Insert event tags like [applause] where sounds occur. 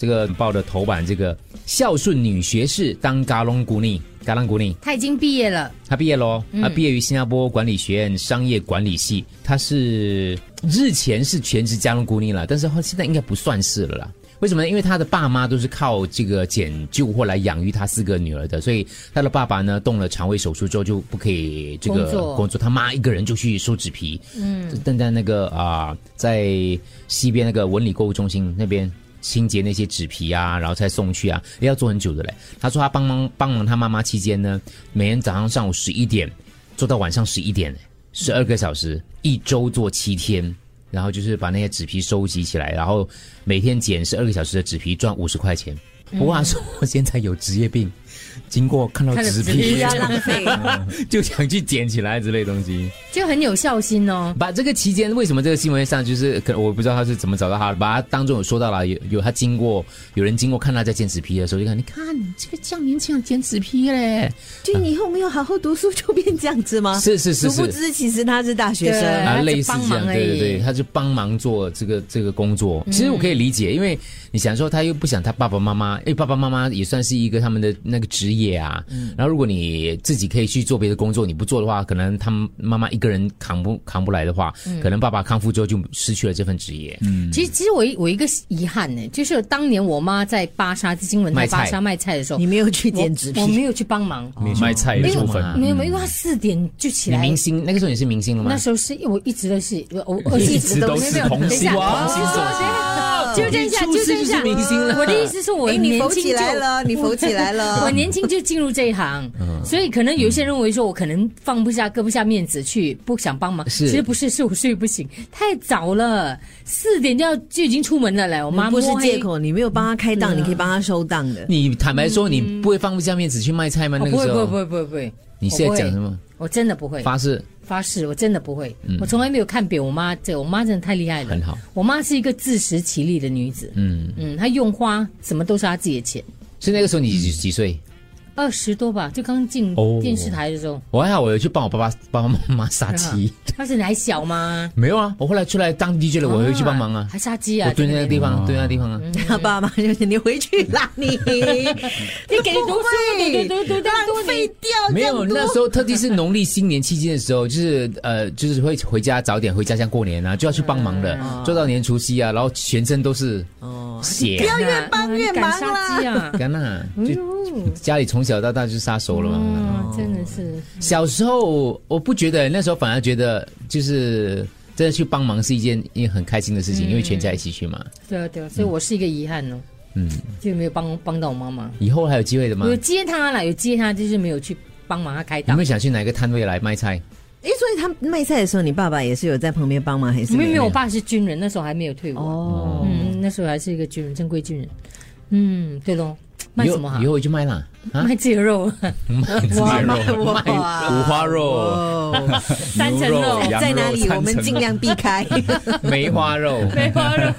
这个报的头版，这个孝顺女学士当嘎隆古尼，嘎隆古尼，他已经毕业了，她毕业喽，嗯她毕业于新加坡管理学院商业管理系，她是日前是全职加隆古尼了，但是她现在应该不算是了啦。为什么呢？因为她的爸妈都是靠这个捡旧货来养育她四个女儿的，所以她的爸爸呢动了肠胃手术之后就不可以这个工作工作，他妈一个人就去收纸皮。嗯，但在那个啊、在西边那个文理购物中心那边清洁那些纸皮啊，然后再送去啊，也要做很久的嘞。他说他帮忙帮忙他妈妈期间呢，每天早上上午十一点做到晚上十一点，十二个小时，一周做七天。然后就是把那些纸皮收集起来，然后每天捡十二个小时的纸皮，赚五十块钱。嗯不过他说我现在有职业病，经过看到看着纸纸皮啊皮不要浪费， [laughs] 就想去捡起来之类的东西。 [laughs] 就很有孝心哦。把这个期间为什么这个新闻上就是，可我不知道他是怎么找到他的，把他当中有说到了，有有他经过，有人经过看他在剪纸皮的时候，就看你看你这个这样年轻人剪纸皮嘞， [laughs] 就你以后没有好好读书，就变这样子 [laughs] 吗？是是是殊是不知其实他是大学生对。啊，他就类似帮这忙样，而对对已对，他就帮忙做这个这个工作。其实我可以理解，因为你想说他又不想他爸爸妈妈，因为爸爸妈妈也算是一个他们的那个职业啊。嗯然后如果你自己可以去做别的工作，你不做的话，可能他们妈妈一个人扛不扛不来的话，嗯可能爸爸康复之后就失去了这份职业。其实，其实我一我一个遗憾呢，就是当年我妈在巴沙金文台卖菜巴沙卖菜的时候，你没有去我捡纸我皮，没有去帮忙，卖菜因的为部我分。没有没有，因为她四点就嗯起你来明。星那个时候你是明星了吗？那时候是我一直都是我我我一一直都没是有没有童星等一下童星手哦纠正一下，你出纠世正就一是下，明星了我的意思是我哎，你年浮轻起就来了，你浮起来 [laughs] 我了。年轻就进入这一 [laughs] 行，嗯所以可能有些人认为说，我可能放不下、搁不下面子去，不想帮忙。是其实不是，是我睡不醒，太早了，四点就要就已经出门了嘞。我妈不是摸黑哎啊借，口，你没有帮他开档，你可以帮他收档 [laughs] 的。你坦白说，你不会放不下面子去卖菜吗？我那不个会，时哦不候，会，不会，不会，不会。你现在讲什么？我真的不会发誓发誓，我真的不会。我从来没有看扁我妈，这我妈真的太厉害了，很好。我妈是一个自食其力的女子，嗯，嗯，她用花什么都是她自己的钱，所以那个时候你几几岁？二十多吧，就刚进哦电视台的时候。我还好，我有去帮我爸爸、爸爸妈妈杀嗯鸡。那时你还小吗？没有啊，我后来出来当 DJ 了，我会去帮忙啊。还杀鸡啊！嗯我蹲在那个地方，蹲在那个地方啊。他爸妈就是你回去 [laughs] 啦，你你给读书对对对对对浪费掉这没样有，啊多那时候特地是农历新年期间的时候，就是呃，就是会回家早点回家乡过年啊，就要去帮忙的，嗯做到年除夕啊，然后全身都是哦血，啊 [laughs] 要越帮越忙啦杀鸡啊！干呐，就家里从小到大就是杀手了嘛。嗯，真的是小时候我不觉得，那时候反而觉得就是真的去帮忙是一件也很开心的事情，因为全家一起去嘛。对啊对啊，所以我是一个遗憾哦，嗯，就没有帮帮到我妈妈，以后还有机会的吗有？接她啦，有接她，就是没有去帮忙她开有档没有，想去哪个摊位来卖菜？诶，所以他卖菜的时候，你爸爸也是有在旁边帮忙，还是没有没有，有我爸是军人，那时候还没有退伍，哦，嗯，那时候还是一个军人，正规军人，嗯，对喽，卖以什么后哈以？后我就卖啦，啊，卖鸡肉，哦 [laughs] 卖肉，哇卖五花肉、 [laughs] 哦，三层肉牛羊在哪里？三我们层尽量避开。梅花肉。梅花肉。